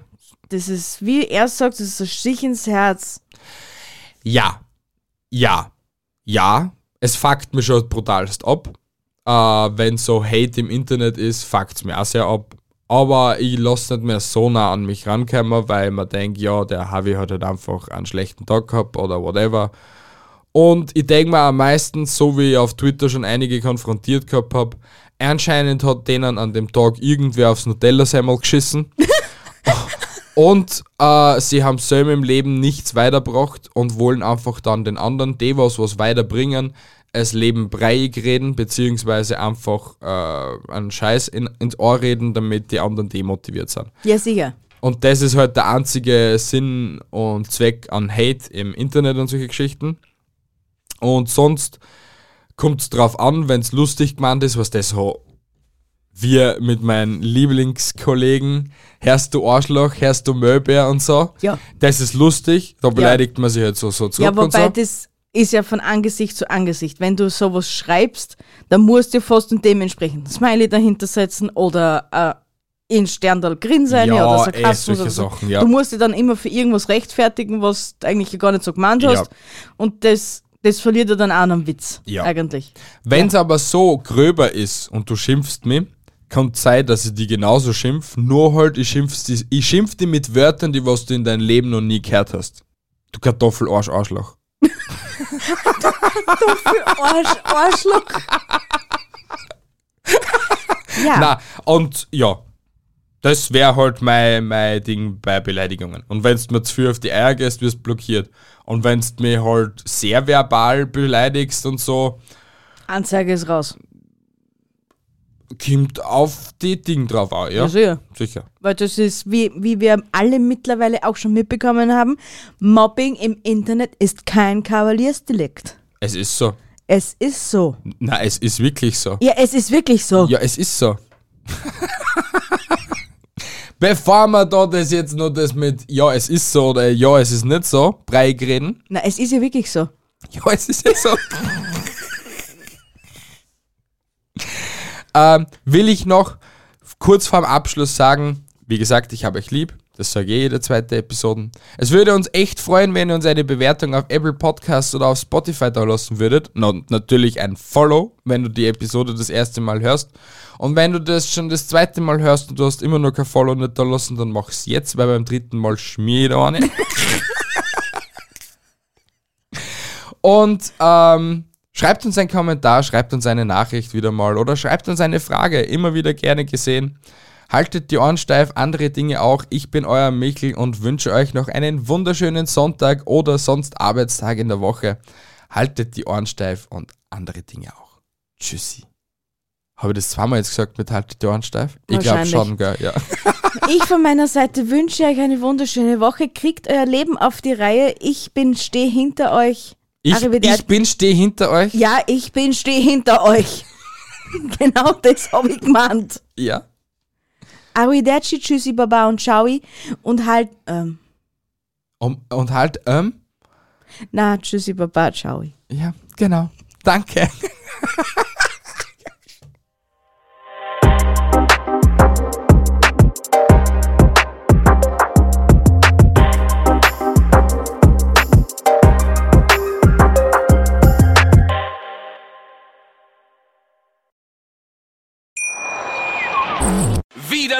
Speaker 2: Das ist, wie er sagt, das ist ein Stich ins Herz.
Speaker 1: Ja. Ja. Ja. Es fuckt mir schon brutalst ab. Äh, wenn so Hate im Internet ist, fuckt's mir auch sehr ab. Aber ich lasse nicht mehr so nah an mich rankommen, weil man denkt, ja, der Harvey hat halt einfach einen schlechten Tag gehabt oder whatever. Und ich denke mir am meisten, so wie ich auf Twitter schon einige konfrontiert gehabt habe, anscheinend hat denen an dem Tag irgendwer aufs Nutella-Semmel geschissen. Und äh, sie haben selber im Leben nichts weitergebracht und wollen einfach dann den anderen, die was, was weiterbringen, es Leben breiig reden, beziehungsweise einfach äh, einen Scheiß in, ins Ohr reden, damit die anderen demotiviert sind.
Speaker 2: Ja, sicher.
Speaker 1: Und das ist halt der einzige Sinn und Zweck an Hate im Internet und solche Geschichten. Und sonst kommt es drauf an, wenn es lustig gemeint ist, was das so. Wir mit meinen Lieblingskollegen, hörst du Arschloch, hörst du Möbär und so.
Speaker 2: Ja.
Speaker 1: Das ist lustig, da beleidigt man sich halt so, so zurück
Speaker 2: Ja, wobei
Speaker 1: und so.
Speaker 2: das ist ja von Angesicht zu Angesicht. Wenn du sowas schreibst, dann musst du fast einen dementsprechenden Smiley dahinter setzen oder äh, in Sterndal Grinsein
Speaker 1: Ja,
Speaker 2: oder
Speaker 1: eh,
Speaker 2: Sarkasmus.
Speaker 1: solche
Speaker 2: oder so.
Speaker 1: Sachen, ja.
Speaker 2: Du musst dich dann immer für irgendwas rechtfertigen, was du eigentlich gar nicht so gemeint
Speaker 1: Ja.
Speaker 2: hast. Und das, das verliert ja dann auch einen Witz,
Speaker 1: Ja.
Speaker 2: eigentlich.
Speaker 1: Wenn es aber so gröber ist und du schimpfst mich, kann sein, dass ich die genauso schimpf, nur halt ich schimpf die, ich schimpf die mit Wörtern, die was du in deinem Leben noch nie gehört hast. Du Kartoffelarsch, Arschloch.
Speaker 2: Arsch, Arschloch. ja,
Speaker 1: Na, und ja, das wäre halt mein, mein Ding bei Beleidigungen. Und wenn du mir zu viel auf die Eier gehst, wirst du blockiert. Und wenn du mich halt sehr verbal beleidigst und so,
Speaker 2: Anzeige ist raus.
Speaker 1: kommt auf die Ding drauf an, ja?
Speaker 2: Also ja.
Speaker 1: Sicher.
Speaker 2: Weil das ist, wie, wie wir alle mittlerweile auch schon mitbekommen haben, Mobbing im Internet ist kein Kavaliersdelikt.
Speaker 1: Es ist so.
Speaker 2: Es ist so.
Speaker 1: Na, es ist wirklich so.
Speaker 2: Ja, es ist wirklich so.
Speaker 1: Ja, es ist so. Bevor wir da das jetzt noch das mit Ja, es ist so oder Ja, es ist nicht so, breiig reden.
Speaker 2: Na, es ist ja wirklich so.
Speaker 1: Ja, es ist ja so. ähm, will ich noch kurz vorm Abschluss sagen, wie gesagt, ich habe euch lieb. Das sage ich eh, jede zweite Episode. Es würde uns echt freuen, wenn ihr uns eine Bewertung auf Apple Podcasts oder auf Spotify da lassen würdet. Na, Und natürlich ein Follow, wenn du die Episode das erste Mal hörst. Und wenn du das schon das zweite Mal hörst und du hast immer noch kein Follow nicht da lassen, dann mach's jetzt, weil beim dritten Mal schmier ich da eine. Und ähm, schreibt uns einen Kommentar, schreibt uns eine Nachricht wieder mal oder schreibt uns eine Frage. Immer wieder gerne gesehen. Haltet die Ohren steif, andere Dinge auch. Ich bin euer Michel und wünsche euch noch einen wunderschönen Sonntag oder sonst Arbeitstag in der Woche. Haltet die Ohren steif und andere Dinge auch. Tschüssi. Habe ich das zweimal jetzt gesagt mit haltet die Ohren steif? Ich glaube
Speaker 2: Wahrscheinlich.
Speaker 1: schon, gell? Ja.
Speaker 2: Ich von meiner Seite wünsche euch eine wunderschöne Woche. Kriegt euer Leben auf die Reihe. Ich bin, stehe hinter euch.
Speaker 1: Ich,
Speaker 2: Arrivederci.
Speaker 1: ich bin, stehe hinter euch.
Speaker 2: Ja, ich bin, stehe hinter euch. genau das habe ich gemeint.
Speaker 1: ja.
Speaker 2: Arrivederci, tschüssi, baba und ciao. Und halt, ähm,
Speaker 1: Und, und halt, ähm,
Speaker 2: na, tschüssi, baba, ciao.
Speaker 1: ja, genau. Danke.
Speaker 4: Wieder